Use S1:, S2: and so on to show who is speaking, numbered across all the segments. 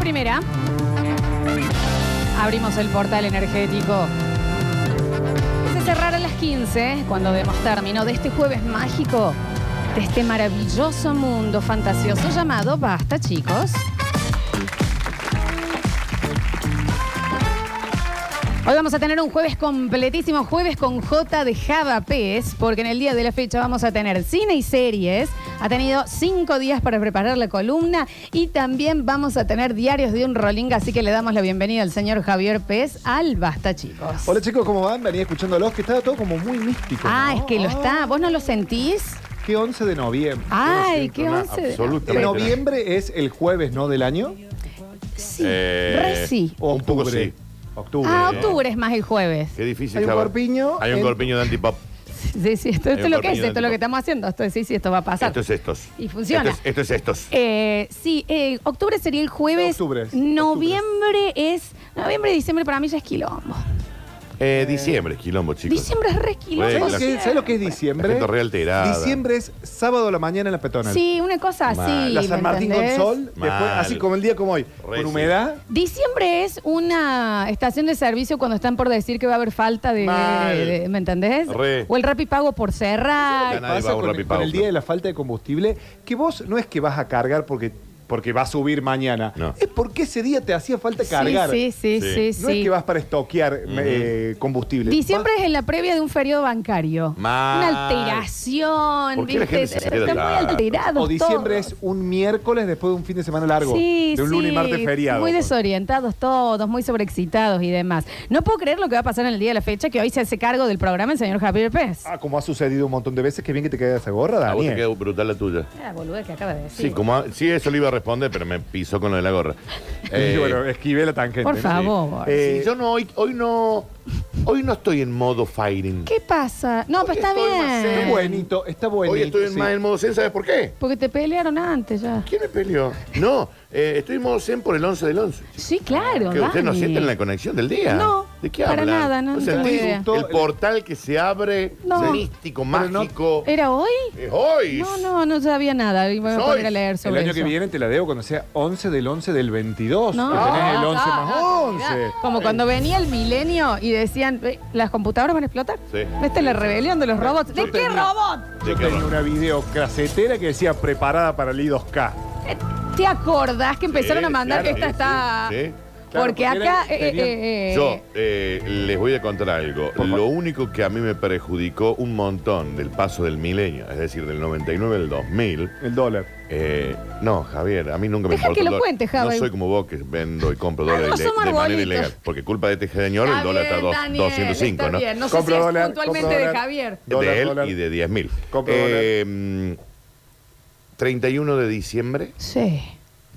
S1: primera, abrimos el portal energético. Se cerrará a las 15 cuando demos término de este jueves mágico, de este maravilloso mundo fantasioso llamado Basta, chicos. Hoy vamos a tener un jueves completísimo, jueves con J de Java Pes, porque en el día de la fecha vamos a tener cine y series. Ha tenido cinco días para preparar la columna y también vamos a tener diarios de un rolling, así que le damos la bienvenida al señor Javier Pes al Basta, chicos.
S2: Hola chicos, ¿cómo van? Venía escuchándolos, que estaba todo como muy místico.
S1: Ah,
S2: ¿no?
S1: es que lo está. ¿Vos no lo sentís?
S2: ¿Qué 11 de noviembre?
S1: Ay,
S3: siento
S1: qué
S3: nada,
S1: once. de-
S2: ¿En
S3: absolutamente.
S2: noviembre es el jueves, no del año?
S1: Sí,
S3: Eh,
S1: re sí.
S2: ¿O
S3: Un poco
S2: octubre?
S3: sí.
S2: Octubre.
S1: Ah,
S2: ¿no?
S1: octubre es más el jueves.
S3: Qué difícil,
S2: Hay un
S3: chaval.
S2: corpiño
S3: Hay un
S2: en-
S3: corpiño de antipop.
S1: Sí, sí, esto, esto
S3: Hay
S1: es
S3: un
S1: lo que es, esto
S3: corpiño
S1: es lo
S3: dentro.
S1: que estamos haciendo. Esto es, sí, sí, esto va a pasar.
S3: Esto es estos.
S1: Y funciona.
S3: Esto es, esto es estos.
S1: Eh, sí, eh, octubre sería el jueves.
S2: Octubre es,
S1: Noviembre es. Noviembre y diciembre para mí ya es quilombo.
S3: Eh, diciembre, quilombo, chicos.
S1: Diciembre es re quilombo.
S3: Bueno,
S2: ¿Sabes, lo
S3: la-
S2: que, ¿sabes lo que es diciembre?
S3: La gente re alterada.
S2: Diciembre es sábado a la mañana en la peatonal. Ah,
S1: Sí, una cosa así.
S3: Mal.
S2: La San
S1: ¿me
S2: Martín con
S1: entendés?
S2: sol, después,
S3: Mal.
S2: así como el día como hoy,
S3: Re sí.
S2: con humedad.
S1: Diciembre es una estación de servicio cuando están por decir que va a haber falta de.
S3: Mal.
S1: de- ¿Me entendés?
S3: Re.
S1: O el Rappi Pago por cerrar.
S3: Ya nadie
S2: pasa
S3: va a un
S2: con,
S3: Rappi
S2: con el
S3: Pausa.
S2: día de la falta de combustible, que vos no es que vas a cargar porque, porque va a subir mañana,
S3: No.
S2: es porque ese día te hacía falta cargar.
S1: Sí, sí, sí,
S3: Sí.
S1: sí.
S2: No
S1: sí.
S2: es que vas para estoquear eh, combustible.
S1: Diciembre
S2: Vas-
S1: es en la previa de un periodo bancario.
S3: Mal.
S1: Una alteración.
S3: ¿Por qué la
S1: ¿viste?
S3: gente se altera
S1: Está muy
S3: tanto?
S1: alterado.
S2: O diciembre
S1: todo.
S2: es un miércoles después de un fin de semana largo.
S1: Sí,
S2: de un lunes y
S1: sí,
S2: martes feriado.
S1: Muy desorientados todos, muy sobreexcitados y demás. No puedo creer lo que va a pasar en el día de la fecha, que hoy se hace cargo del programa el señor Javier Pérez.
S2: Ah, como ha sucedido un montón de veces, que bien que te queda esa gorra,
S3: A Ah, vos te
S2: Daniel.
S3: queda brutal la tuya.
S1: Ah, boluda que acaba de
S3: Sí,
S1: decir.
S3: como a- sí, eso le iba a responder, pero me pisó con lo de la gorra. Eh,
S2: Y bueno, esquivé la tangente.
S1: Por
S2: ¿no?
S1: favor.
S2: Eh,
S3: sí, yo no hoy, hoy no hoy no estoy en modo fighting.
S1: ¿Qué pasa? No, pero está
S3: estoy más
S2: Está
S1: bien.
S3: serio.
S2: buenito, está buenito.
S3: Hoy estoy en,
S2: sí.
S3: más en modo zen, ¿sabes por qué?
S1: Porque te pelearon antes ya.
S3: ¿Quién me peleó? No, eh, estoy en modo zen por el 11 del 11.
S1: Sí, claro.
S3: Que ustedes no
S1: Dani.
S3: sienten la conexión del día.
S1: No,
S3: ¿De qué
S1: para
S3: hablan?
S1: nada, no, no
S3: sentís
S1: tengo idea.
S3: el portal que se abre,
S1: No.
S3: se- místico,
S2: Pero no-
S3: mágico.
S1: ¿Era hoy?
S3: Es hoy.
S1: No, no, no sabía nada. Iba a
S3: Sois.
S1: poner a leer
S2: El
S1: sobre
S2: año que
S1: eso.
S2: viene te la debo cuando sea 11 del 11 del 22.
S1: No.
S2: Que tenés el
S1: Ah,
S2: 11
S1: ah,
S2: más
S1: ah,
S2: 11.
S1: Como cuando venía el milenio y decían, "Eh, las computadoras van a explotar.
S3: Sí.
S1: Esta es la rebelión de los robots. ¿De
S2: Yo
S1: qué
S2: tenía-
S1: robot?
S3: ¿De
S2: Yo
S3: qué
S2: tenía
S3: hablan?
S2: una videocrasetera que decía preparada para el I2K.
S1: Eh, ¿Te acordás que empezaron
S3: Sí,
S1: a mandar
S3: claro,
S1: que
S3: sí,
S1: esta
S3: sí, sí.
S2: Claro,
S1: Porque
S2: porque era-
S1: acá... eh,
S2: tenían-
S1: eh, eh,
S3: Yo eh, les voy a contar algo.
S2: favor.
S3: Lo único que a mí me perjudicó un montón del paso del milenio, es decir, del 99 al 2000,
S2: El dólar.
S3: eh, no, Javier, a mí nunca me
S1: Deja
S3: importó.
S1: que
S3: el
S1: lo
S3: dólar.
S1: cuente, Javi.
S3: No soy como vos que vendo y compro
S1: Ah, no,
S3: dólares de,
S1: somos
S3: de manera
S1: arbolitos.
S3: ilegal. Porque culpa de este señor,
S1: Está
S3: el dólar está a
S1: bien,
S3: dos-
S1: Daniel,
S3: 205,
S1: está
S3: ¿no?
S1: bien. No sé
S2: Compro
S1: si es
S2: dólar,
S1: puntualmente
S2: compro
S1: de
S2: dólar.
S1: Javier.
S2: Dólar,
S3: de él
S2: dólar.
S3: y de 10 mil.
S2: Compro
S3: Eh, 31 de diciembre,
S1: Sí,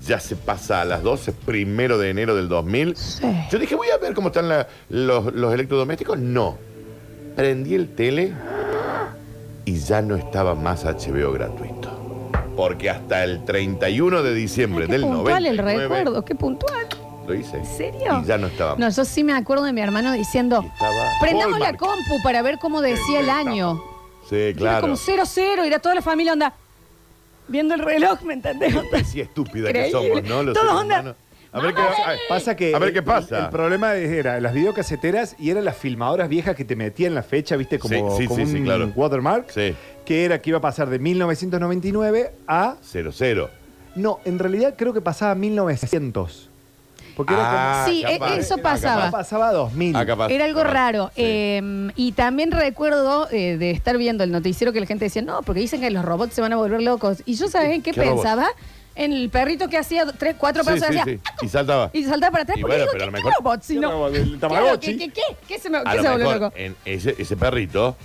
S3: ya se pasa a las 12, primero de enero del 2000.
S1: sí.
S3: Yo dije, voy a ver cómo están la- los, los electrodomésticos. No. Prendí el tele y ya no estaba más HBO gratuito. Porque hasta el 31 de diciembre
S1: Ay, qué
S3: del
S1: puntual
S3: 99
S1: el recuerdo, qué puntual.
S3: Lo hice.
S1: ¿En serio?
S3: Y ya no estaba
S1: No,
S3: más.
S1: yo sí me acuerdo de mi hermano diciendo,
S3: Y estaba
S1: prendamos la
S3: Hallmark.
S1: compu para ver cómo decía el año.
S3: Sí,
S1: Era
S3: claro.
S1: como cero cero, era toda la familia onda viendo el reloj, ¿me entendés? Onda.
S3: Así estúpida que
S1: Increíble.
S3: somos, ¿no? Los
S1: Todos
S3: seres
S1: onda- eh,
S3: humanos. A ver qué ay,
S2: Pasa que
S3: A ver qué
S2: el-
S3: pasa.
S2: El, problema era las videocaseteras y eran las filmadoras viejas que te metían la fecha, viste, como,
S3: Sí, sí,
S2: como
S3: sí,
S2: un
S3: sí, claro.
S2: watermark,
S3: Sí.
S2: que era que iba a pasar de 1999 a...
S3: Cero, cero.
S2: No, en realidad creo que pasaba a 1900. Porque era
S3: Ah,
S1: Sí, e-
S3: capaz.
S1: eso
S3: Ah,
S2: como...
S1: pasaba.
S3: capaz.
S2: Pasaba a 2000.
S3: Ah, capaz.
S1: Era algo
S3: Capaz.
S1: raro.
S3: Sí.
S1: Eh, y también recuerdo eh, de estar viendo el noticiero que la gente decía, no, porque dicen que los robots se van a volver locos. Y yo, ¿sabes en qué,
S3: ¿Qué robot?
S1: pensaba? En el perrito que hacía tres, cuatro
S3: Sí,
S1: pasos,
S3: sí,
S1: hacía, ¡Ah!
S3: sí. Y saltaba.
S1: y saltaba para atrás.
S3: Y
S1: porque
S3: bueno,
S1: digo,
S3: pero a lo
S1: ¿qué- qué
S3: mejor-
S1: robot? Si
S2: ¿Qué
S1: no-
S2: robot? El
S1: Claro,
S2: Tamagotchi.
S1: ¿qué- qué- qué? ¿Qué se me-
S3: A
S1: qué
S3: lo
S1: se volvió
S3: mejor
S1: loco?
S3: en ese, ese perrito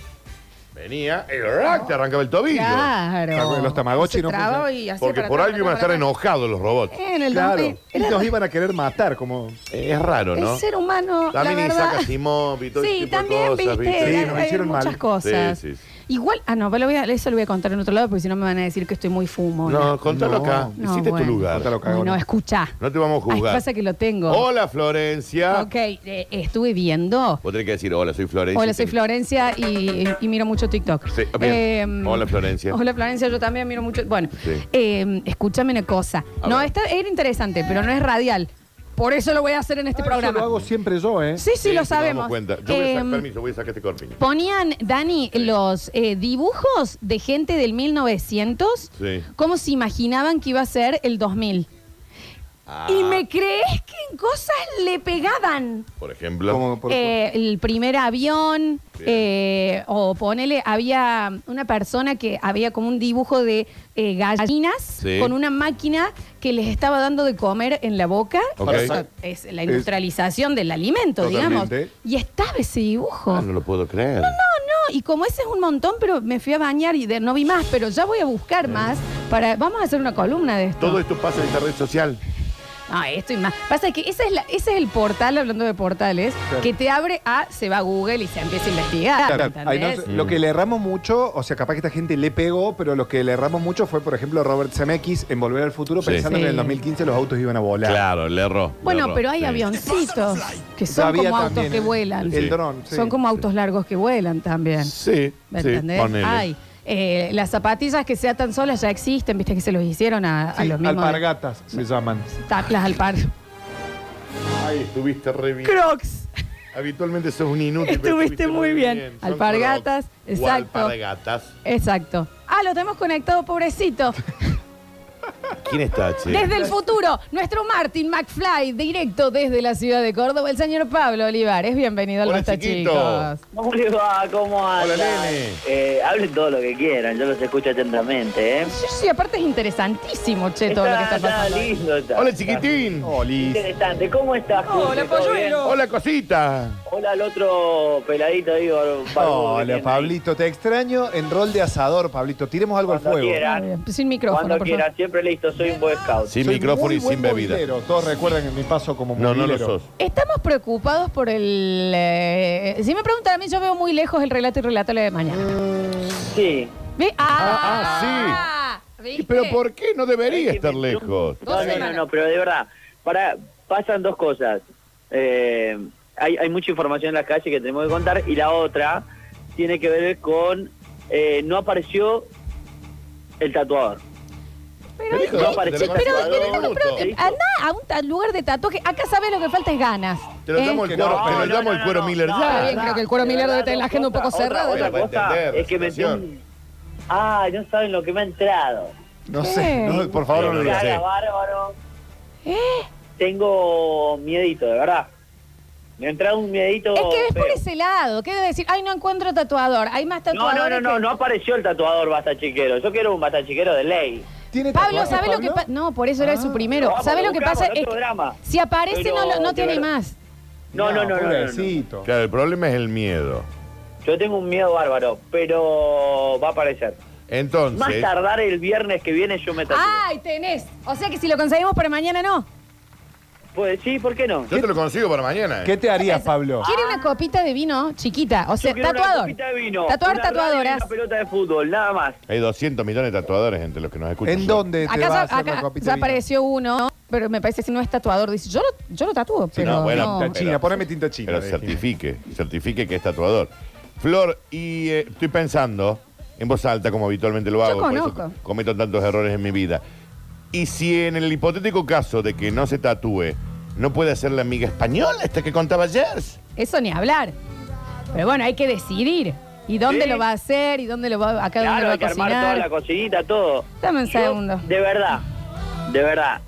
S3: venía, el rack te arrancaba el tobillo.
S1: Claro.
S2: Los Tamagotchi
S1: Se
S2: no
S1: traba
S2: funcionan.
S1: y hacía
S3: Porque
S1: para
S3: por
S1: atrás,
S3: algo iban a
S1: para
S3: estar
S1: atrás.
S3: enojados los robots.
S1: En el
S2: Claro.
S1: 2000.
S2: Y
S1: Era
S2: nos iban a querer matar, como...
S1: Este
S3: Eh, Es raro, ¿no?
S1: El ser humano,
S3: También
S1: la verdad.
S3: Isaac Asimov y todo ese
S1: sí,
S3: tipo de
S1: también,
S3: cosas,
S1: viste,
S2: Sí,
S1: hay-
S2: nos
S1: hay
S2: hicieron
S1: muchas
S2: mal.
S1: cosas.
S3: Sí, sí, sí.
S1: Igual, ah, no, pero lo voy a- eso lo voy a contar en otro lado porque si no me van a decir que estoy muy fumo.
S3: No, contalo
S2: No.
S3: acá.
S1: No,
S3: Hiciste
S1: bueno.
S3: tu lugar.
S2: Contalo acá.
S1: no, escucha.
S3: No te vamos a
S1: Ay,
S3: juzgar.
S1: pasa que lo tengo.
S3: Hola, Florencia.
S1: Ok, eh, estuve viendo.
S3: Vos tenés que decir, hola, soy Florencia.
S1: Hola, soy
S3: Ten-
S1: Florencia y, y miro mucho TikTok.
S3: Sí, bien.
S1: Eh,
S3: Hola, Florencia.
S1: Hola, Florencia, yo también miro mucho. Bueno,
S3: Sí.
S1: eh, escúchame una cosa.
S3: A
S1: no,
S3: ver.
S1: esta era interesante, pero no es radial. Por eso lo voy a hacer en este
S2: Ah,
S1: programa.
S2: Eso lo hago siempre yo, ¿eh?
S1: Sí, sí, lo
S3: nos
S1: sabemos.
S3: damos cuenta. Yo voy a sacar,
S1: Em,
S3: permiso, voy a sacar este corpiño.
S1: Ponían, Dani, los eh, dibujos de gente del 1900,
S3: Sí.
S1: cómo se imaginaban que iba a ser el 2000.
S3: Ah,
S1: Y me crees que en cosas le pegaban.
S3: Por ejemplo.
S2: Como por-
S1: Eh, el primer avión,
S3: Bien.
S1: eh, o ponele, había una persona que había como un dibujo de eh, gallinas
S3: Sí.
S1: con una máquina que les estaba dando de comer en la boca.
S3: Ok.
S1: O sea, es la
S2: Es-
S1: industrialización del alimento, digamos.
S2: Totalmente.
S1: Y estaba ese dibujo.
S3: Ah, no lo puedo creer.
S1: No, y como ese es un montón, pero me fui a bañar y de- no vi más, pero ya voy a buscar más para. Vamos a hacer una columna de esto.
S3: Todo esto pasa en esta red social.
S1: Ah, esto y más. Pasa que esa es la- ese es el portal, hablando de portales,
S2: Claro.
S1: que te abre a. Se va a Google y se empieza a investigar.
S2: Claro.
S1: ¿entendés?
S2: Ay, no, lo que le erramos mucho, o sea, capaz que esta gente le pegó, pero lo que le erramos mucho fue, por ejemplo, Robert Zemeckis en Volver al Futuro
S3: Sí.
S2: pensando que en el
S1: Sí.
S2: 2015 los autos iban a volar.
S3: Claro, le erró. le
S1: Bueno,
S3: erró,
S1: pero hay
S3: sí.
S1: avioncitos que son
S2: Había
S1: como
S2: también
S1: autos que
S2: el-
S1: vuelan.
S2: El
S3: Sí.
S2: dron. sí.
S1: son como autos largos que vuelan también.
S3: Sí,
S1: ¿Me
S3: sí,
S1: entendés?
S3: ponele.
S1: Hay. eh, las zapatillas que se atan solas ya existen, viste que se los hicieron a, a
S2: Sí,
S1: los mismos.
S2: alpargatas se llaman.
S1: Taclas al par.
S3: Ay, estuviste re bien.
S1: Crocs.
S3: Habitualmente sos un inútil. pero
S1: Estuviste muy bien.
S3: Son
S1: Alpargatas,
S3: crocs. O
S1: exacto.
S3: Alpargatas.
S1: Exacto. Ah, lo tenemos conectado, pobrecito.
S3: ¿Quién está, che?
S1: Desde el futuro, nuestro Martin McFly, directo desde la ciudad de Córdoba, el señor Pablo Olivares. Bienvenido al
S3: Hola,
S1: Basta,
S3: chiquito.
S1: chicos.
S4: ¿Cómo les va? ah, ¿Cómo andan?
S3: Hola, nene.
S4: Eh, hablen todo lo que quieran, yo los escucho atentamente, ¿eh?
S1: Sí, sí, aparte es interesantísimo, che, todo lo que está pasando. ahí.
S4: lindo. está-
S3: Hola,
S4: está
S3: chiquitín.
S2: Olis.
S4: Interesante. ¿Cómo estás, Juli?
S1: Hola,
S4: ¿Todo bien?
S1: polluelo.
S3: Hola, cosita.
S4: Hola al otro peladito, digo. barbudo que
S2: Hola,
S4: tiene
S2: Pablito. Te extraño en rol de asador, Pablito. Tiremos algo al
S4: Cuando
S2: fuego.
S4: quiera.
S1: Ah, bien. Sin
S4: ahí.
S1: micrófono,
S4: Cuando
S1: por
S4: quieras, siempre listo, soy un buen scout.
S3: Sin
S2: Soy
S3: micrófono
S2: muy
S3: y sin
S2: buen
S3: bebida.
S2: movilero. Todos recuerdan mi paso como
S3: No, no lo
S2: movilero.
S3: sos.
S1: favor. Estamos preocupados por el... eh, si me preguntan a mí, yo veo muy lejos el relato y relato de mañana.
S4: Sí.
S1: ¿Ve?
S3: Ah,
S1: sí.
S3: Sí, Pero ¿por qué? No debería estar lejos.
S4: No, no, no, no, pero de verdad, para, pasan dos cosas. Eh, hay, hay mucha información en la calle que tenemos que contar y la otra tiene que ver con eh, no apareció el tatuador.
S1: Pero,
S3: Pero
S1: pero-
S4: no apareció
S1: pero-
S4: el
S1: pero-
S4: tatuador.
S1: pero- pero-
S4: ¿Listo?
S1: anda a un ta- lugar de tatuaje. Acá sabes lo que falta es ganas.
S3: Te lo
S1: ¿eh?
S3: damos el
S2: Que no,
S3: cuero, te
S2: no,
S3: lo damos el cuero Miller
S4: no,
S1: Está
S3: ya.
S1: bien, creo que el cuero
S4: de
S1: Miller debe
S4: verdad,
S1: tener la agenda un poco
S4: otra-
S1: cerrada.
S4: Otra,
S3: Bueno, va a
S4: cosa
S3: entender,
S4: es que me dio
S3: situación.
S4: un- Ay, no saben lo que me ha entrado.
S2: No
S1: ¿Qué?
S2: sé. no, por favor, no lo
S3: Sí.
S2: digas.
S4: Cara, bárbaro.
S1: ¿Eh?
S4: Tengo miedito, de verdad. Me ha entrado un miedito.
S1: Es que ves por
S4: feo.
S1: ese lado. ¿Qué debe decir? Ay, no encuentro tatuador. Hay más
S4: No,
S1: tatuadores.
S4: no, no, no,
S1: que-
S4: no apareció el tatuador bastachiquero. Yo quiero un bastachiquero de ley.
S2: ¿Tiene
S1: Pablo,
S2: tatuaje,
S1: ¿sabes lo que
S2: Pablo?
S1: pasa? No, por eso era
S2: Ah.
S1: su primero.
S4: Lo vamos,
S1: ¿Sabes
S4: lo
S1: lo que
S4: buscamos,
S1: pasa?
S4: el otro drama.
S1: si aparece,
S4: Pero,
S1: no, lo- no
S4: de
S1: tiene
S4: verdad.
S1: más.
S4: No, no, no, no, no, no.
S2: pobrecito.
S3: Claro, el problema es el miedo.
S4: Yo tengo un miedo bárbaro, pero va a aparecer. Más
S3: Entonces,
S4: tardar el viernes que viene yo me tatúo.
S1: Ay, tenés. O sea que si lo conseguimos para mañana, no.
S4: Pues sí, ¿por qué no?
S3: yo te lo consigo para mañana.
S2: ¿Qué
S3: ¿eh?
S2: te harías, Pablo?
S1: Quiere una copita de vino chiquita. O sea,
S4: Yo quiero una
S1: tatuador.
S4: copita de vino,
S1: tatuador,
S4: una radio y
S1: tatuadoras.
S4: Una pelota de fútbol, nada más.
S3: Hay 200 millones de tatuadores entre los que nos escuchan.
S2: ¿En dónde te
S1: Acá,
S2: va a
S1: ya,
S2: hacer la
S1: acá
S2: copita
S1: ya
S2: de vino?
S1: apareció uno, pero me parece que si no es tatuador, dice, yo lo, yo lo tatúo, pero
S3: no, bueno,
S1: no.
S2: Tinta china,
S3: Pero-
S2: poneme tinta china.
S3: Pero
S2: Regina.
S3: certifique, certifique que es tatuador. Flor, y eh, estoy pensando en voz alta, como habitualmente lo hago, por eso
S1: conozco.
S3: cometo tantos errores en mi vida. Y si en el hipotético caso de que no se tatúe, no puede hacer la amiga española, esta que contaba ayer.
S1: Eso ni hablar. Pero bueno, hay que decidir. ¿Y dónde
S4: Sí.
S1: lo va a hacer? ¿Y dónde lo va, acá dónde
S4: Claro,
S1: lo va
S4: hay
S1: a
S4: que armar
S1: cocinar?
S4: toda la cocinita, todo.
S1: Dame un
S4: Yo,
S1: segundo.
S4: De verdad, de verdad,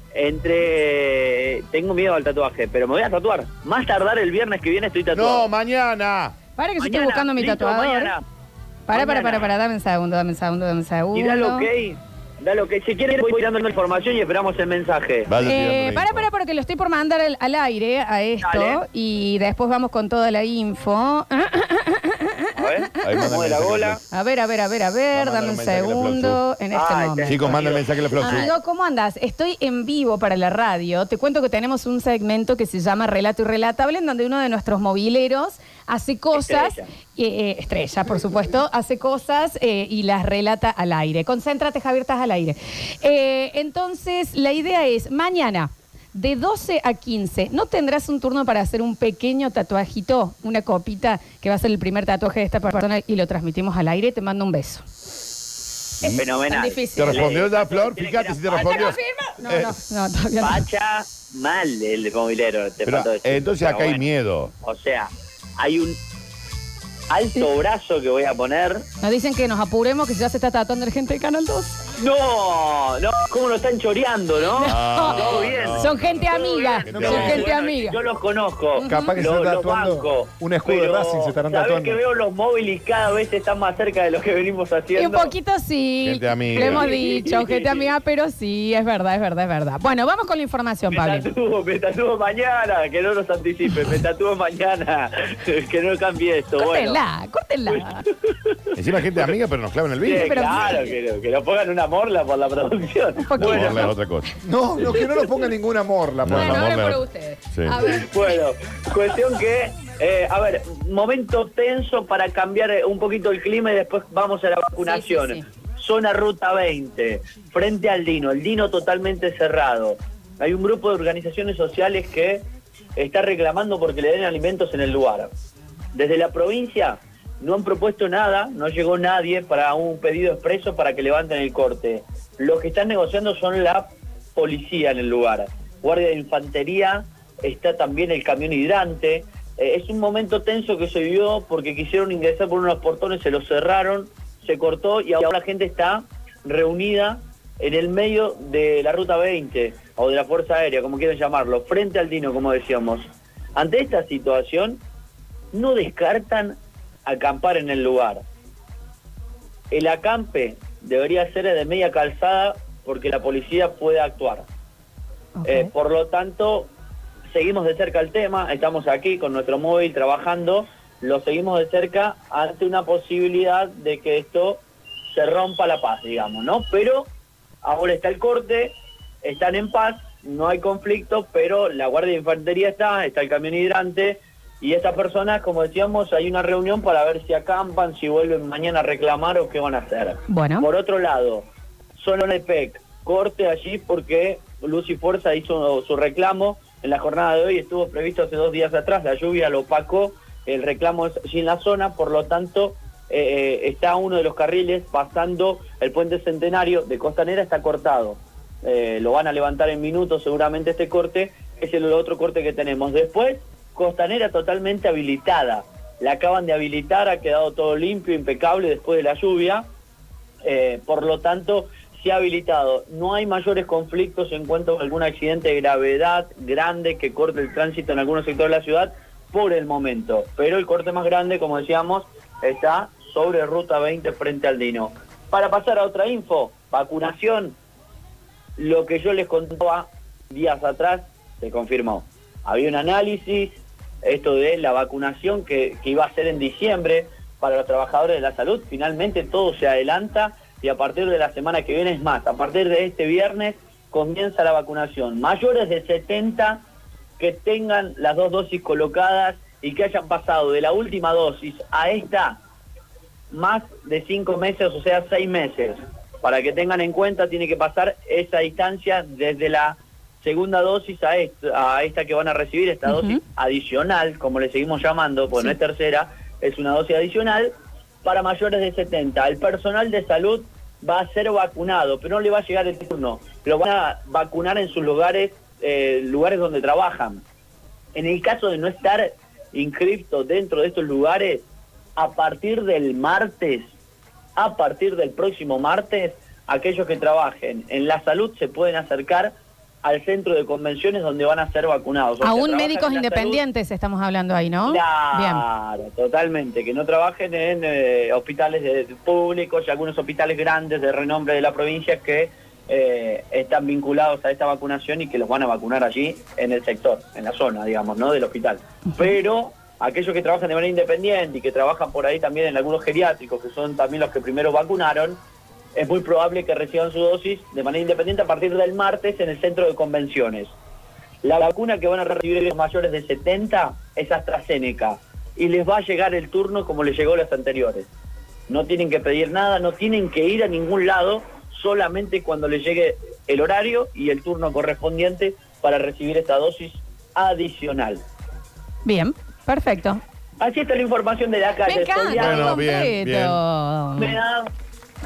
S4: entre... Tengo miedo al tatuaje, pero me voy a tatuar. Más tardar el viernes que viene estoy tatuado.
S3: No, mañana.
S1: Para que yo estoy
S4: Mañana,
S1: buscando mi
S4: listo,
S1: tatuador.
S4: mañana.
S1: Para, para,
S4: Mañana.
S1: para, para, dame un segundo, dame un segundo, dame un segundo.
S4: Y dale ok, dale ok. Si quieren voy tirando la información y esperamos el mensaje.
S3: Vaya
S1: Eh,
S3: tirando la
S1: para,
S3: info.
S1: para, porque lo estoy por mandar al, al aire a esto
S4: Dale.
S1: y después vamos con toda la info. Ah,
S4: A ver. ¿eh?
S3: Ahí mandan
S4: Mueve la
S3: mensaje,
S4: bola.
S3: Flor.
S1: A ver, a ver, a ver, a ver,
S3: Va a mandar
S1: dame
S3: un
S1: un
S3: mensaje la
S1: segundo en este
S4: Ay,
S1: momento.
S3: Chicos, manden mensaje a la próxima.
S1: Amigo, ¿cómo andas? Estoy en vivo para la radio. Te cuento que tenemos un segmento que se llama Relato Irrelatable, en donde uno de nuestros mobileros hace cosas,
S4: Estrella.
S1: eh, eh, estrella, por supuesto, hace cosas eh, y las relata al aire. Concéntrate, Javier, estás al aire. Eh, entonces, la idea es, mañana, de 12 a 15, ¿no tendrás un turno para hacer un pequeño tatuajito, una copita, que va a ser el primer tatuaje de esta persona y lo transmitimos al aire? Te mando un beso.
S4: Es fenomenal.
S1: Tan difícil.
S3: ¿Te respondió ya, Flor?
S4: Tiene que
S3: Fíjate
S4: ir a
S3: si te
S4: Pacha.
S3: respondió.
S1: No,
S3: Eh,
S1: no, no, todavía no.
S4: Pacha mal el movilero. Te
S3: Pero,
S4: faltó decir.
S3: eh, entonces
S4: Pero
S3: acá hay
S4: bueno.
S3: miedo.
S4: O sea, hay un alto brazo que voy a poner.
S1: Nos dicen que nos apuremos, que ya se está tratando el gente de Canal 2.
S4: No, no, cómo lo están choreando, ¿no?
S3: Ah,
S4: Todo bien.
S3: no.
S1: Son gente
S4: Todo
S1: amiga,
S4: bien.
S3: No,
S1: son
S3: no,
S1: gente
S4: Bueno,
S1: amiga.
S4: Yo los conozco.
S2: Capaz que se
S4: Los-
S2: está
S4: los
S2: tatuando
S4: banco.
S2: un escudo de
S4: Pero
S2: Racing, se estarán
S4: sabés
S2: tatuando.
S4: que veo los móviles y cada vez están más cerca de lo que venimos
S1: Y
S4: haciendo.
S1: un poquito sí,
S3: Gente amiga.
S1: lo hemos dicho, gente amiga, pero sí, es verdad, es verdad, es verdad. Bueno, vamos con la información,
S4: Me
S1: Pablo.
S4: tatúo, me tatúo mañana, que no los anticipe, me tatúo mañana, que no cambie esto. Bueno,
S1: Córtenla, córtenla.
S3: Encima gente amiga, pero nos clavan el
S4: Sí,
S3: vídeo.
S1: pero-
S4: claro, que, lo- que lo pongan una morla por la producción.
S1: poquito.
S3: No,
S1: Bueno.
S3: Morla es otra cosa.
S2: No, no, que no lo ponga ningún amor, la
S3: No,
S2: por
S1: Bueno,
S2: favor.
S3: no.
S1: hablen
S3: vamos a
S1: por
S3: ver.
S1: ustedes.
S3: Sí.
S1: A ver,
S4: Bueno, cuestión que, eh, a ver, momento tenso para cambiar eh, un poquito el clima y después vamos a la vacunación.
S1: sí,
S4: Zona Ruta 20, frente al Dino, el Dino totalmente cerrado. Hay un grupo de organizaciones sociales que está reclamando porque le den alimentos en el lugar. Desde la provincia no han propuesto nada, no llegó nadie para un pedido expreso para que levanten el corte. Los que están negociando son la policía en el lugar. Guardia de Infantería, está también el camión hidrante. Eh, es un momento tenso que se vivió porque quisieron ingresar por unos portones, se los cerraron, se cortó y ahora la gente está reunida en el medio de la Ruta 20 o de la Fuerza Aérea, como quieran llamarlo, frente al Dino, como decíamos. Ante esta situación, no descartan acampar en el lugar. El acampe debería ser de media calzada porque la policía puede actuar. Eh,
S1: ok.
S4: por lo tanto, seguimos de cerca el tema, estamos aquí con nuestro móvil trabajando, lo seguimos de cerca ante una posibilidad de que esto se rompa la paz, digamos, ¿no? Pero ahora está el corte, están en paz, no hay conflicto, pero la Guardia de Infantería está, está el camión hidrante y estas personas, como decíamos, hay una reunión para ver si acampan, si vuelven mañana a reclamar o qué van a hacer.
S1: Bueno.
S4: Por otro lado, solo en el PEC, corte allí porque Luz y Fuerza hizo su reclamo en la jornada de hoy, estuvo previsto hace dos días atrás, la lluvia lo opacó, el reclamo es allí en la zona, por lo tanto eh, eh, está uno de los carriles pasando el puente centenario de Costanera, está cortado. Eh, lo van a levantar en minutos seguramente este corte, es el otro corte que tenemos. Después, Costanera totalmente habilitada, la acaban de habilitar, ha quedado todo limpio, impecable después de la lluvia. Eh, por lo tanto, se ha habilitado. No hay mayores conflictos en cuanto a algún accidente de gravedad grande que corte el tránsito en algunos sectores de la ciudad por el momento. Pero el corte más grande, como decíamos, está sobre Ruta 20 frente al Dino. Para pasar a otra info, vacunación, lo que yo les contaba días atrás se confirmó. Había un análisis, esto de la vacunación que, que iba a ser en diciembre para los trabajadores de la salud. Finalmente todo se adelanta y a partir de la semana que viene es más. A partir de este viernes comienza la vacunación. Mayores de 70 que tengan las dos dosis colocadas y que hayan pasado de la última dosis a esta más de cinco meses, o sea, seis meses. Para que tengan en cuenta, tiene que pasar esa distancia desde la segunda dosis a esta, a esta que van a recibir, esta
S1: Ujú.
S4: dosis adicional, como le seguimos llamando, pues no es tercera, es una dosis adicional, para mayores de 70. El personal de salud va a ser vacunado, pero no le va a llegar el turno. Lo van a vacunar en sus lugares, eh, lugares donde trabajan. En el caso de no estar inscripto dentro de estos lugares, a partir del martes, a partir del próximo martes, aquellos que trabajen en la salud se pueden acercar al centro de convenciones donde van a ser vacunados. O sea,
S1: Aún
S4: trabajan
S1: médicos
S4: en la salud,
S1: independientes estamos hablando ahí, ¿no?
S4: Claro, totalmente, que no trabajen en eh, hospitales de- de públicos y algunos hospitales grandes de renombre de la provincia que eh, están vinculados a esta vacunación y que los van a vacunar allí en el sector, en la zona, digamos, ¿no? Del hospital. Pero aquellos que trabajan de manera independiente y que trabajan por ahí también en algunos geriátricos, que son también los que primero vacunaron, es muy probable que reciban su dosis de manera independiente a partir del martes en el centro de convenciones. La vacuna que van a recibir los mayores de 70 es AstraZeneca y les va a llegar el turno como les llegó a las anteriores. No tienen que pedir nada, no tienen que ir a ningún lado, solamente cuando les llegue el horario y el turno correspondiente para recibir esta dosis adicional.
S1: Bien, perfecto.
S4: Así está la información de la calle.
S1: Me
S4: Estoy
S1: encanta,
S4: a-
S3: Bueno,
S1: completo.
S3: bien,
S4: me da-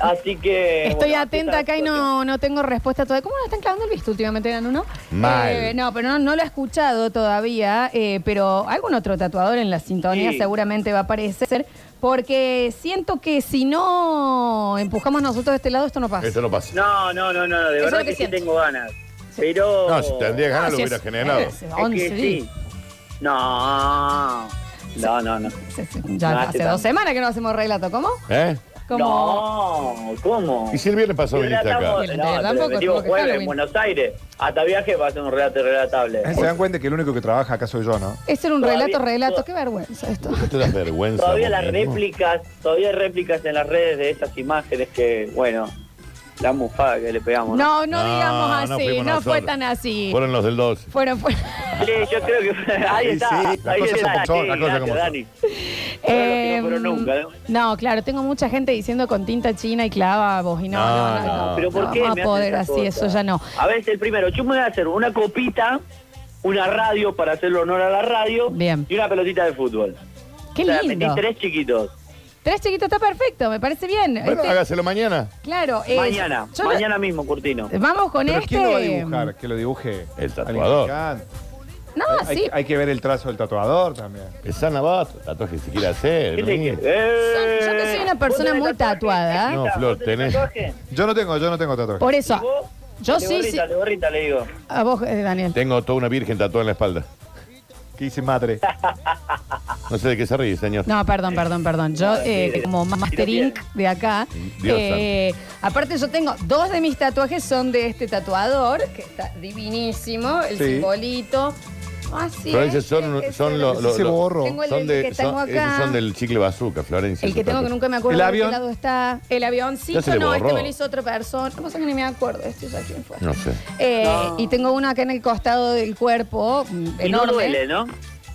S4: Así que...
S1: Estoy
S4: bueno,
S1: atenta
S4: esta
S1: acá y no, no tengo respuesta todavía. ¿Cómo lo están clavando el visto últimamente, Dan, uno?
S3: Mal.
S1: Eh, no, pero no, no lo he escuchado todavía, eh, pero algún otro tatuador en la sintonía
S4: Sí.
S1: seguramente va a aparecer, porque siento que si no empujamos nosotros de este lado, esto no pasa.
S3: Esto no pasa.
S4: No, no, no, no,
S1: Eso
S4: de
S1: es lo
S4: verdad
S1: que
S4: que, sí
S1: siento.
S4: tengo ganas. Pero.
S3: No, si tendría
S1: Ah,
S3: ganas lo
S1: si
S3: hubiera
S1: es-
S3: generado.
S1: es
S4: Es que
S1: 11
S4: sí.
S1: días.
S4: No. No, no, no.
S1: Sí, sí, Ya
S4: No, hace
S1: hace
S4: tanto.
S1: dos semanas que no hacemos relato, ¿cómo?
S3: ¿Eh?
S1: Como
S4: No, ¿cómo?
S3: ¿Y si el viernes pasado viniste acá?
S4: Relatamos-
S1: Y el
S4: No,
S1: tampoco,
S4: pero metimos
S1: tampoco que
S4: jueves en
S1: Halloween.
S4: Buenos Aires. Hasta viaje va a ser un relato relatable.
S2: Se dan cuenta que el único que trabaja acá soy yo, ¿no?
S1: es era un
S4: Todavía-
S1: relato, relato, qué vergüenza esto.
S3: Esto da vergüenza.
S4: Todavía las
S3: Romero.
S4: réplicas, todavía hay réplicas en las redes de esas imágenes que, bueno, la mufada que le pegamos.
S1: No, no,
S3: No,
S1: digamos
S3: no
S1: así,
S3: fuimos
S1: no, fue
S3: nosotros.
S1: tan así.
S3: Fueron los del 12.
S1: Fueron, fueron.
S4: Sí, yo creo que ahí
S3: Sí,
S4: está.
S3: sí, las
S4: ahí
S3: cosas
S4: está.
S3: como son,
S4: sí,
S3: las cosas
S4: gracias,
S3: como son.
S4: Dani.
S1: Eh,
S4: Fueron los que no fueron nunca, ¿no?
S1: No, claro, tengo mucha gente diciendo con tinta china y clavos y no, no,
S3: No,
S1: no.
S3: Ah, no.
S1: no,
S4: Pero ¿por
S1: no
S4: qué
S1: Vamos
S4: me
S1: a
S4: hacen
S1: poder
S4: esas
S1: así, eso
S4: cosas?
S1: ya no.
S4: A ver, el primero, yo me voy a hacer una copita, una radio para hacerle honor a la radio
S1: Bien.
S4: y una pelotita de fútbol.
S1: Qué
S4: O sea,
S1: lindo.
S4: metí tres chiquitos.
S1: Tres chiquitos está perfecto, me parece bien.
S3: Bueno,
S1: Este,
S3: hágaselo mañana.
S1: claro, eh,
S4: mañana,
S1: yo lo-
S4: mañana mismo, Curtino.
S1: Vamos con
S2: ¿Pero
S1: este.
S2: quién lo va a dibujar? Que lo dibuje.
S3: El
S2: alguien
S3: tatuador.
S2: que cante.
S1: No,
S2: Hay,
S1: Ah, sí.
S2: hay que ver el trazo del tatuador también.
S3: Es San Abato, tatuaje que se quiere hacer.
S4: ¿Qué te-
S3: vení.
S4: ¡Eh!
S1: Yo que soy una persona
S4: ¿Vos tenés
S1: muy
S4: tatuaje,
S1: tatuada.
S4: chiquita?
S3: No,
S4: ¿Vos
S3: Flor, tenés-
S4: tatuaje?
S2: Yo no tengo, yo no tengo tatuaje.
S1: Por
S4: ¿Y
S1: eso,
S4: vos?
S1: yo
S4: Le
S1: sí,
S4: gorrita,
S1: sí.
S4: le gorrita, le digo.
S1: a vos, eh, Daniel.
S3: Tengo toda una virgen tatuada en la espalda.
S2: ¿Qué dice madre?
S3: No sé de qué se ríe, señor.
S1: No, perdón, perdón, perdón. Yo, eh,
S4: bien.
S1: como Master
S4: Tiro
S1: Inc. de acá,
S3: Dios
S1: eh, aparte yo tengo dos de mis tatuajes son de este tatuador, que está divinísimo, el
S2: Sí.
S1: simbolito. Ah, ¿eh? Así
S3: Florencia,
S1: es,
S3: son,
S1: ese-
S3: son los.
S2: Ese borro.
S1: Tengo el
S3: son
S1: del
S3: de,
S1: que tengo
S3: son-
S1: acá.
S3: esos son del chicle bazooka, Florencia.
S1: El que
S3: esos
S1: tengo que
S3: tatuajes.
S1: nunca me acuerdo
S2: ¿El
S1: de
S2: avión?
S1: qué lado está. El avioncito,
S3: Ya se le
S1: no, este
S3: borró.
S1: me lo hizo otra persona. No pasa que ni me acuerdo, este ya quién fue.
S3: No sé.
S1: Eh,
S4: No.
S1: Y tengo uno acá en el costado del cuerpo, mm,
S4: Y
S1: enorme.
S4: no duele, ¿no?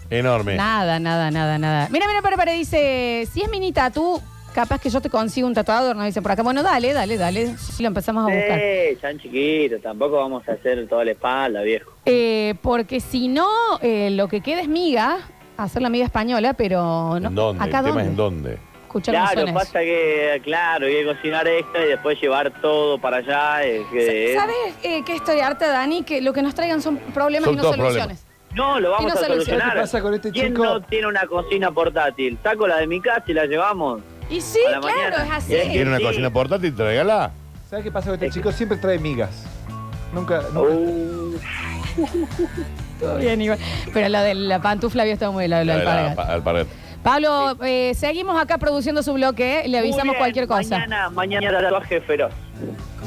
S3: Enorme.
S1: Nada, nada, nada, nada. Mira, mira, para, para, dice, si es mini tatu, capaz que yo te consigo un tatuador, nos dicen por acá. Bueno, dale, dale, dale, si lo empezamos a buscar.
S4: Sí, tan chiquito, tampoco vamos a hacer toda la espalda, viejo.
S1: Eh, porque si no, eh, lo que queda es miga, hacer la miga española, pero no.
S3: ¿En dónde?
S1: ¿Acá
S3: el tema es en
S1: dónde?
S3: dónde.
S1: Escuchá cómo
S4: Claro,
S1: suena eso.
S4: pasa que, claro, hay que cocinar extra y después llevar todo para allá. eh, que-
S1: ¿Sabes eh, que estoy harta, Dani? Que lo que nos traigan son problemas
S3: Son
S1: y no
S3: todos
S1: soluciones.
S4: No, lo
S1: Y
S4: vamos
S1: no
S4: a
S1: soluciona.
S4: solucionar.
S2: ¿Qué pasa con este
S4: ¿Quién
S2: chico?
S4: no tiene una cocina portátil? Saco la de mi casa y la llevamos.
S1: Y sí,
S4: A la
S1: claro,
S4: mañana.
S1: es así.
S4: Y ahí
S3: ¿Tiene una
S4: Sí.
S3: cocina portátil? Tráigala.
S2: ¿Sabes qué pasa con este chico? Siempre trae migas. Nunca, nunca.
S4: Uh,
S1: Todo bien, igual. Pero lo de la pantufla había estado muy la, la
S3: Tráigala
S1: alpargata.
S3: pa- al pared.
S1: Pablo, eh, seguimos acá produciendo su bloque, ¿eh? le avisamos
S4: muy bien,
S1: cualquier cosa.
S4: Mañana, mañana tatuaje feroz.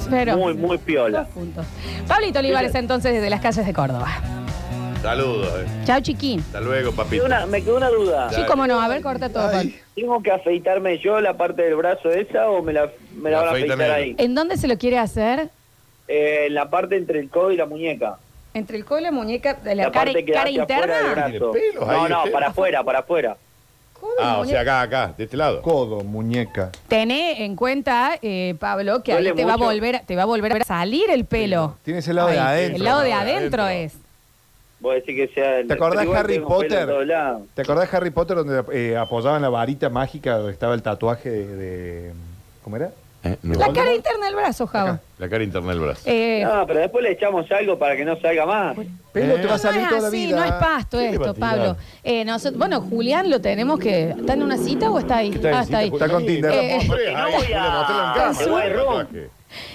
S1: Pero-
S4: Muy, muy piola.
S1: Dos puntos. Pablito Olivares, entonces, desde las calles de Córdoba.
S3: Saludos. eh.
S1: Chao, chiquín.
S3: Hasta luego,
S4: Me
S3: papito.
S4: quedó una, me quedó una duda.
S1: Sí, cómo no. A ver, corta todo. Pablo.
S2: Ay,
S4: ¿Tengo que afeitarme yo la parte del brazo esa o me la, me
S3: La
S4: la van a
S3: afeitan
S4: afeitar ahí?
S3: ellos.
S1: ¿En dónde se lo quiere hacer?
S4: Eh, en la parte entre el codo y la muñeca.
S1: Entre el codo y la muñeca, de la,
S4: la
S1: cara,
S4: parte que
S1: cara
S4: hacia afuera del
S1: interna.
S4: brazo.
S3: Tiene pelos
S4: No,
S3: ahí,
S4: no,
S3: usted.
S4: para afuera, para afuera.
S1: Codo y
S3: Ah, o sea,
S1: muñeca.
S3: acá, acá, de este lado.
S2: codo, muñeca.
S1: Tené en cuenta, eh, Pablo, que ahí
S4: Duele
S1: te va, a
S4: mucho.
S1: volver, a- te va a volver a salir el pelo.
S2: Tienes el lado de
S1: Ahí,
S2: adentro.
S1: El lado de
S3: El lado de
S1: adentro es.
S3: adentro.
S4: Vos decís que sea el.
S2: ¿Te acordás
S4: pero igual
S2: Harry
S4: tengo pelo
S2: Potter?
S4: en todos lados.
S2: ¿Te acordás de Harry Potter donde eh, apoyaban la varita mágica donde estaba el tatuaje de. de- ¿Cómo era?
S3: Eh, no.
S1: La cara interna del brazo, Java.
S2: Acá.
S3: La cara interna del brazo.
S1: Eh,
S4: No, pero después le echamos algo para que no salga más.
S2: Pero te va
S1: no
S2: a salir
S1: es
S2: toda la
S1: así,
S2: vida.
S1: no es pasto
S3: Sí,
S1: esto,
S3: va a tirar.
S1: Pablo. Eh, nosotros- bueno, Julián lo tenemos que... ¿Está en una cita o está ahí?
S3: en
S1: Ah,
S3: cita,
S1: está ahí.
S3: Julián?
S2: Está con Tinder.
S1: Eh,
S3: Ahí,
S4: porque no voy a-
S3: le mostré la cámara,
S4: Te voy
S3: el
S4: a room.
S3: tatuaje.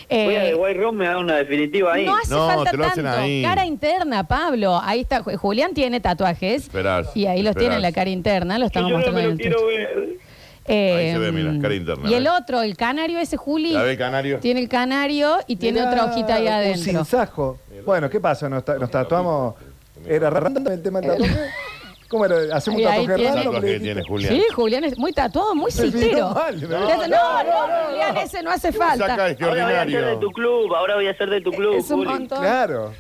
S4: Voy a
S1: Eh,
S4: de White Room, me da una definitiva ahí.
S1: No hace
S3: No,
S1: falta
S3: te lo hacen
S1: tanto.
S3: ahí.
S1: Cara interna, Pablo. Ahí está. Ju- Julián tiene tatuajes.
S3: Esperás,
S1: y ahí los
S3: esperás.
S1: tiene en la cara interna. Lo
S4: Que
S1: estamos
S4: yo no
S1: mostrando
S4: me
S1: en
S4: lo
S1: el
S4: quiero
S1: Twitch.
S4: ver.
S1: Eh, mm,
S3: Ahí se ve, mira, cara interna,
S1: Y el
S3: ¿ves?
S1: otro, el canario ese, Juli.
S3: ¿La ve el canario?
S1: Tiene el canario y tiene
S2: Mirá,
S1: otra hojita ahí
S2: un
S1: adentro.
S2: sinsajo. Bueno, ¿qué pasa? Nos, ta- nos tatuamos. Era random el tema del tatuaje. ¿Cómo era? Hacemos un
S1: Eh. Ahí, ahí
S2: tatuaje
S1: tiene.
S2: raro.
S3: Tatuaje
S2: pero
S3: que tiene
S2: dijiste-
S3: Julián.
S1: Sí, Julián es muy tatuado, muy
S2: Me vino
S1: citero.
S2: mal, me
S1: no,
S2: vino
S1: no,
S2: mal.
S1: no, Julián, ese no hace
S3: Saca
S1: falta.
S3: este
S4: Ahora voy a ser de
S3: ordinario.
S4: tu club, ahora voy a ser de tu club.
S1: Es un
S4: Juli.
S1: montón.
S2: Claro.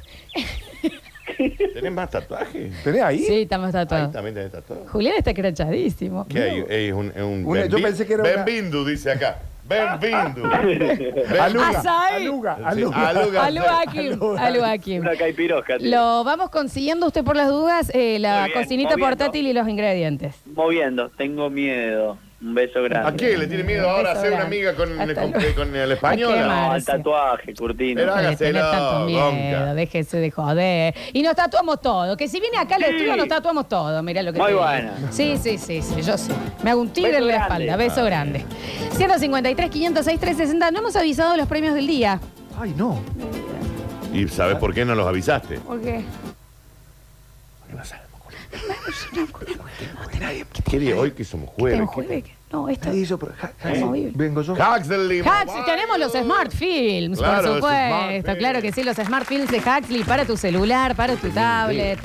S3: ¿Tenés más tatuajes?
S2: ¿Tenés ahí?
S1: Sí, está más
S3: Ahí
S1: tatuado.
S3: también tenés tatuajes.
S1: Julián está crachadísimo.
S3: ¿Qué hay? Ey, Es un, es un
S2: Una- yo
S3: Benvi-
S2: pensé que era una-
S3: Benvindu, dice acá. Benvindu.
S1: Ah,
S2: Aluga,
S1: Azaí.
S2: aluga,
S3: Sí,
S2: aluga.
S3: aluga.
S1: Aló Akim,
S2: Aló,
S1: aló Akim.
S4: Una caipirosca. tío.
S1: Lo vamos consiguiendo usted por las dudas, eh, la
S4: Muy bien,
S1: cocinita
S4: moviendo.
S1: portátil y los ingredientes.
S4: Moviendo, tengo miedo. Un beso grande.
S3: ¿A qué le tiene miedo ahora hacer una amiga con,
S1: Ah, Hasta
S3: con,
S1: luego.
S3: con el
S1: ¿A qué
S3: español?
S1: más?
S4: No, el tatuaje, Curtino.
S3: Era-
S1: Deje de
S3: Hágase
S1: tener
S3: la
S1: tanto miedo,
S3: bronca.
S1: déjese de joder. Y nos tatuamos todo, que si viene acá al
S4: Sí.
S1: estudio nos tatuamos todo, mirá lo que
S4: Muy
S1: te digo.
S4: buena.
S1: Sí, sí, sí, sí, yo sé. Me hago un tigre
S4: Beso
S1: en la
S4: grande. Ah.
S1: espalda, beso grande. 153, 506, 360, no hemos avisado de los premios del día.
S2: Ay, no.
S3: ¿Y sabes por qué no los avisaste?
S1: ¿Por qué?
S3: ¿Quiere hoy que somos jueves?
S1: ¿Tengo jueves? No, esto...
S2: Nadie hizo, pero ja- ja-
S1: movible.
S2: vengo yo.
S3: Hacks del Lima.
S1: Huxley, tenemos los Smart Films,
S3: Claro,
S1: por
S3: los Smart
S1: supuesto.
S3: Films.
S1: Claro que sí, los Smart Films de Huxley para tu celular, para tu tablet,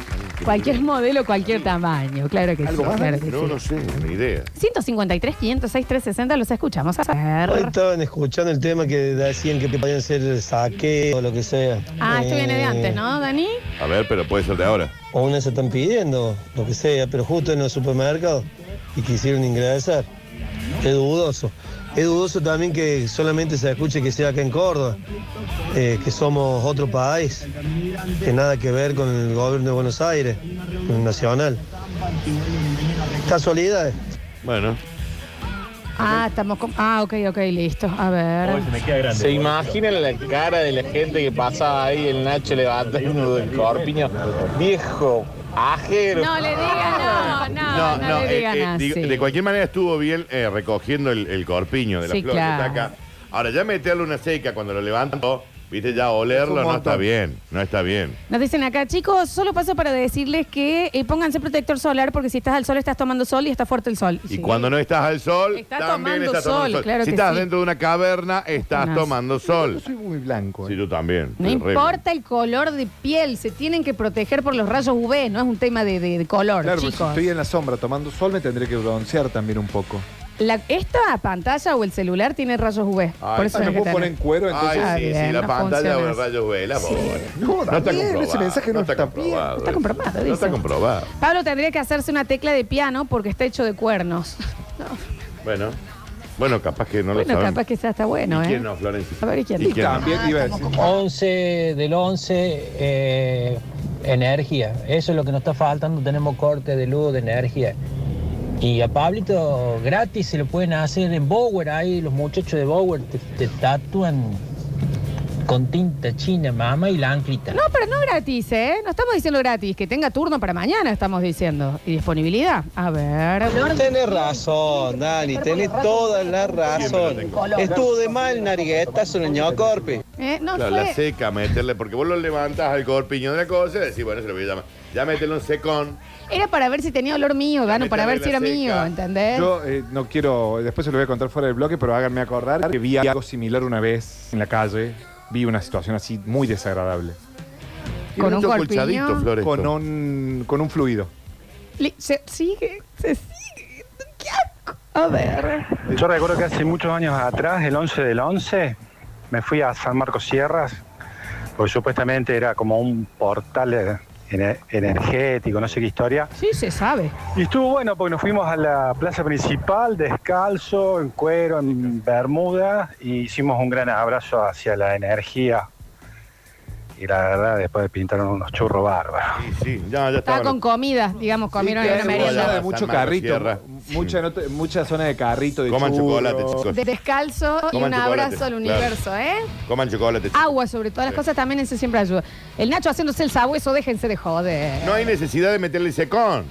S1: cualquier modelo, cualquier tamaño. Claro que sí,
S2: ¿Algo más,
S1: claro que
S3: No,
S1: sí.
S3: no sé, ni idea.
S1: 153, 506, 360, los escuchamos. A
S5: Hoy
S1: ver.
S5: estaban escuchando el tema que decían que te podían ser saqueo o lo que sea.
S1: Ah, esto viene de
S5: Eh,
S1: antes, ¿no, Dani?
S3: A ver, pero puede ser de ahora.
S5: O una se están pidiendo, lo que sea, pero justo en los supermercados y quisieron ingresar. Es dudoso. Es dudoso también que solamente se escuche que sea acá en Córdoba, eh, que somos otro país, que nada que ver con el gobierno de Buenos Aires, con el nacional. Casualidades.
S3: Bueno,
S1: Ah, estamos con... Ah, ok, ok, listo. A ver.
S6: ¿Se imaginan la cara de la gente que pasaba ahí el Nacho levantando del corpiño? Viejo, ajero.
S1: No le digan, no, no, no, le
S3: eh,
S1: digan
S3: eh,
S1: así.
S3: digo, de cualquier manera estuvo bien eh, recogiendo el, el corpiño de la
S1: Sí,
S3: flor que está
S1: claro.
S3: acá. Ahora, ya meterle una seca cuando lo levanto, viste, ya olerlo
S2: Es un
S3: no
S2: montón.
S3: está bien, no está bien.
S1: Nos dicen acá, chicos, solo paso para decirles que eh, pónganse protector solar porque si estás al sol estás tomando sol y está fuerte el sol.
S3: Y
S1: Sí.
S3: cuando no estás al sol,
S1: Está
S3: también
S1: tomando
S3: estás tomando
S1: sol,
S3: sol.
S1: claro
S3: si
S1: que
S3: estás
S1: sí.
S3: dentro de una caverna, estás
S1: Tenaz.
S3: tomando
S2: Yo
S3: sol.
S2: soy muy blanco.
S3: Sí,
S2: eh.
S3: tú también.
S1: No
S3: Te re-
S1: importa el color de piel, se tienen que proteger por los rayos UV, no es un tema de, de- de color,
S2: Claro, porque
S3: pues,
S2: si
S1: chicos.
S2: estoy en la sombra tomando sol, me tendré que broncear también un poco.
S1: La- esta pantalla o el celular tiene rayos UV.
S3: Ay,
S1: por eso
S2: Ah,
S1: hay
S2: ¿Me
S1: que
S2: puedo
S1: tener.
S2: poner en cuero? Entonces,
S3: Ay,
S1: Está
S3: sí,
S1: bien,
S3: sí, la
S1: no
S3: pantalla
S1: funciona
S3: de rayos vela,
S2: No, Daniel, ese mensaje no está
S3: comprobado. eh.
S1: bien. No está comprobado,
S3: No
S1: dice.
S3: está comprobado.
S1: Pablo tendría que hacerse una tecla de piano porque está hecho de cuernos.
S3: Bueno, bueno, capaz que no
S1: bueno,
S3: lo saben.
S1: capaz que sea está bueno,
S3: ¿Y
S1: ¿eh?
S3: quién no, Florencia?
S1: A ver, ¿y quién?
S3: ¿Y quién no?
S2: también iba a decir.
S7: 11 del 11, eh, energía. Eso es lo que nos está faltando. Tenemos corte de luz, de energía. Y a Pablito gratis se lo pueden hacer en Bower. Ahí los muchachos de Bower te, te tatúan con tinta china, mamá y láncrita.
S1: No, pero no gratis, ¿eh? No estamos diciendo gratis, que tenga turno para mañana, estamos diciendo. Y disponibilidad. A ver.
S5: Tenés razón, Dani, tenés toda la razón. Estuvo de mal nariguetazo en el ño Corpi.
S1: Eh, No
S3: Claro,
S1: fue-
S3: la seca, meterle, porque vos lo levantas al corpiño de la cosa y decís, bueno, se lo voy a llamar. Ya meterle un secón.
S1: Era para ver si tenía olor mío, Dano, para ver si era
S3: meterle
S1: mío,
S3: la seca.
S1: ¿entendés?
S2: Yo eh, no quiero, después se lo voy a contar fuera del bloque, pero háganme acordar que vi algo similar una vez en la calle. Vi una situación así muy desagradable.
S1: Con un
S3: Mucho
S1: corpiño.
S3: colchadito, Flores.
S2: Con un, con un fluido.
S1: Li- Se sigue, se sigue. ¡Qué asco! A ver.
S8: Yo recuerdo que hace muchos años atrás, el 11 del 11, me fui a San Marcos Sierras, porque supuestamente era como un portal eh, ener- energético, no sé qué historia.
S1: Sí, se sabe.
S8: Y estuvo bueno porque nos fuimos a la plaza principal, descalzo, en cuero, en bermuda, y hicimos un gran abrazo hacia la energía. Y la verdad, después pintaron unos churros bárbaros.
S3: Sí, sí, ya, ya
S1: Estaba
S3: estaba.
S1: con comida, digamos, comieron
S2: Sí,
S1: ahí
S2: que
S1: una
S2: hay
S3: cebolla.
S1: merienda.
S2: de mucho
S3: San Marcos,
S2: carrito,
S3: Sierra.
S2: mu- mucha, nota- mucha zona de carrito, de
S3: Coman
S2: churro.
S3: chocolate, chicos.
S1: De- Descalzo y
S3: Coman
S1: un
S3: chocolate,
S1: abrazo al
S3: claro.
S1: universo, ¿eh?
S3: Coman chocolate, chicos.
S1: Agua sobre todas las
S3: Sí.
S1: cosas también, eso siempre ayuda. El Nacho haciéndose el sabueso, déjense de joder.
S3: No hay necesidad de meterle secón.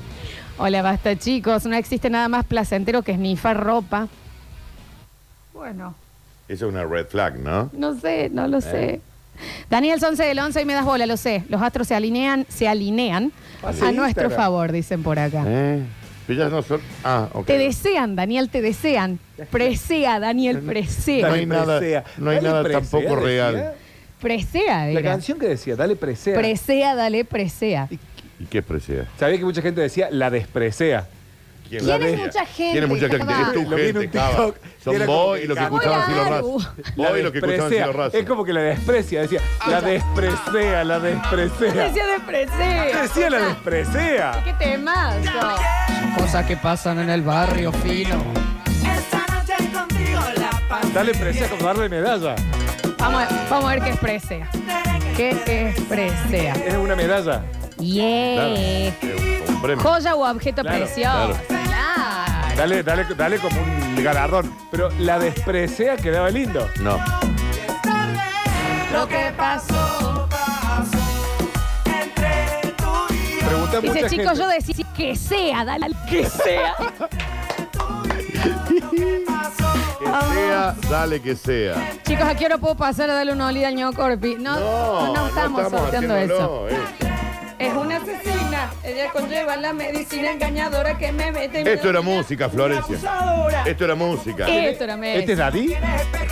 S1: Hola, basta chicos, no existe nada más placentero que esnifar ropa. Bueno,
S3: Eso es una red flag, ¿no?
S1: no sé, no
S3: Eh.
S1: lo sé. Daniel 11 del 11 y me das bola, lo sé. Los astros se alinean, se alinean
S3: Ah,
S2: Pasa
S1: a
S2: en
S1: nuestro
S2: Instagram.
S1: favor, dicen por acá.
S3: ¿Eh? Pero ya no son. Ah, ok.
S1: Te desean, Daniel, te desean. Presea, Daniel,
S3: No
S1: presea.
S3: hay
S2: Dale
S3: nada-
S2: presea.
S3: no hay
S2: Dale
S3: nada
S2: presea,
S3: tampoco
S2: decía.
S3: real.
S1: Presea,
S2: La
S1: era.
S2: canción que decía, dale presea.
S1: Presea, dale, presea.
S2: ¿Y
S3: ¿Y qué presea?
S2: Sabía que mucha gente decía la despresea.
S3: ¿Quién
S1: ¿Quién
S3: la
S1: es
S3: vea?
S1: mucha gente,
S3: ¿Quién es mucha gente?
S1: Java?
S3: Es tu
S2: Lo vi en un
S3: gente, Java.
S2: TikTok, y
S3: Son
S2: era como
S3: vos
S2: que
S3: y los que
S2: Java-
S3: escuchaban Silo
S1: Hola,
S3: Raza.
S1: Aru.
S3: Vos y los que
S2: despresea.
S3: escuchaban Silo Raza.
S2: Es como que la desprecia, decía, la despresea, la despresea.
S1: Ah, Decía de presea.
S2: Decía la despresea.
S1: ¿Qué temas?
S9: Cosas que pasan en el barrio fino.
S2: Dale presea como darle medalla.
S1: Vamos a, vamos a ver qué es presea. ¿Qué es presea?
S2: Es una medalla.
S3: Claro.
S1: Yeah.
S3: Es un premio.
S1: Joya o objeto
S2: Claro,
S1: precioso. Claro.
S2: Dale, dale, dale como un galardón. Pero la despresea quedaba lindo.
S3: No.
S1: Lo que pasó.
S2: Pregunta a mucha
S1: Dice, chicos,
S2: gente.
S1: yo decía que sea, dale al que sea.
S3: Que
S1: Ah.
S3: sea, dale que sea.
S1: Chicos, ¿a qué hora puedo pasar a darle una olida al ño Corpi? No, no, no estamos sorteando eso.
S3: haciéndolo, eh.
S1: Es una asesina. Ella conlleva la medicina engañadora que me mete
S3: eh. Esto era música, Florencia. Esto era música.
S1: Esto era me-
S2: ¿Este es Daddy?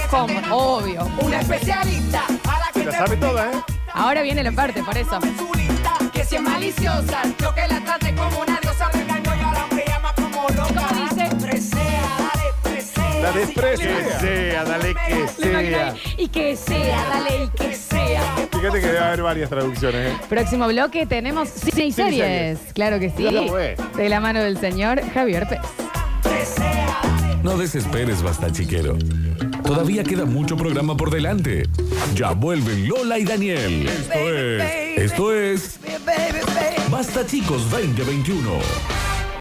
S1: ¿Cómo? Obvio.
S9: Una especialista para que
S2: La sabe toda, ¿eh?
S1: Ahora viene la parte, por eso.
S9: que sea maliciosa, yo que la trate como una diosa me engañó y ahora me llama como loca.
S1: ¿Cómo dice?
S9: Presea, dale, presea.
S2: La
S3: Que
S2: desprecia.
S3: sea, dale que
S1: Lo imagino
S3: sea.
S1: ahí. Y que sea, dale, y que sea.
S2: Fíjate que debe haber varias traducciones, ¿eh?
S1: Próximo bloque tenemos seis series. Claro que sí.
S3: Ya lo ve.
S1: De la mano del señor Javier Pérez.
S10: No desesperes, basta chiquero. Todavía queda mucho programa por delante. Ya vuelven Lola y Daniel. Esto es. Esto es. Basta chicos 2021.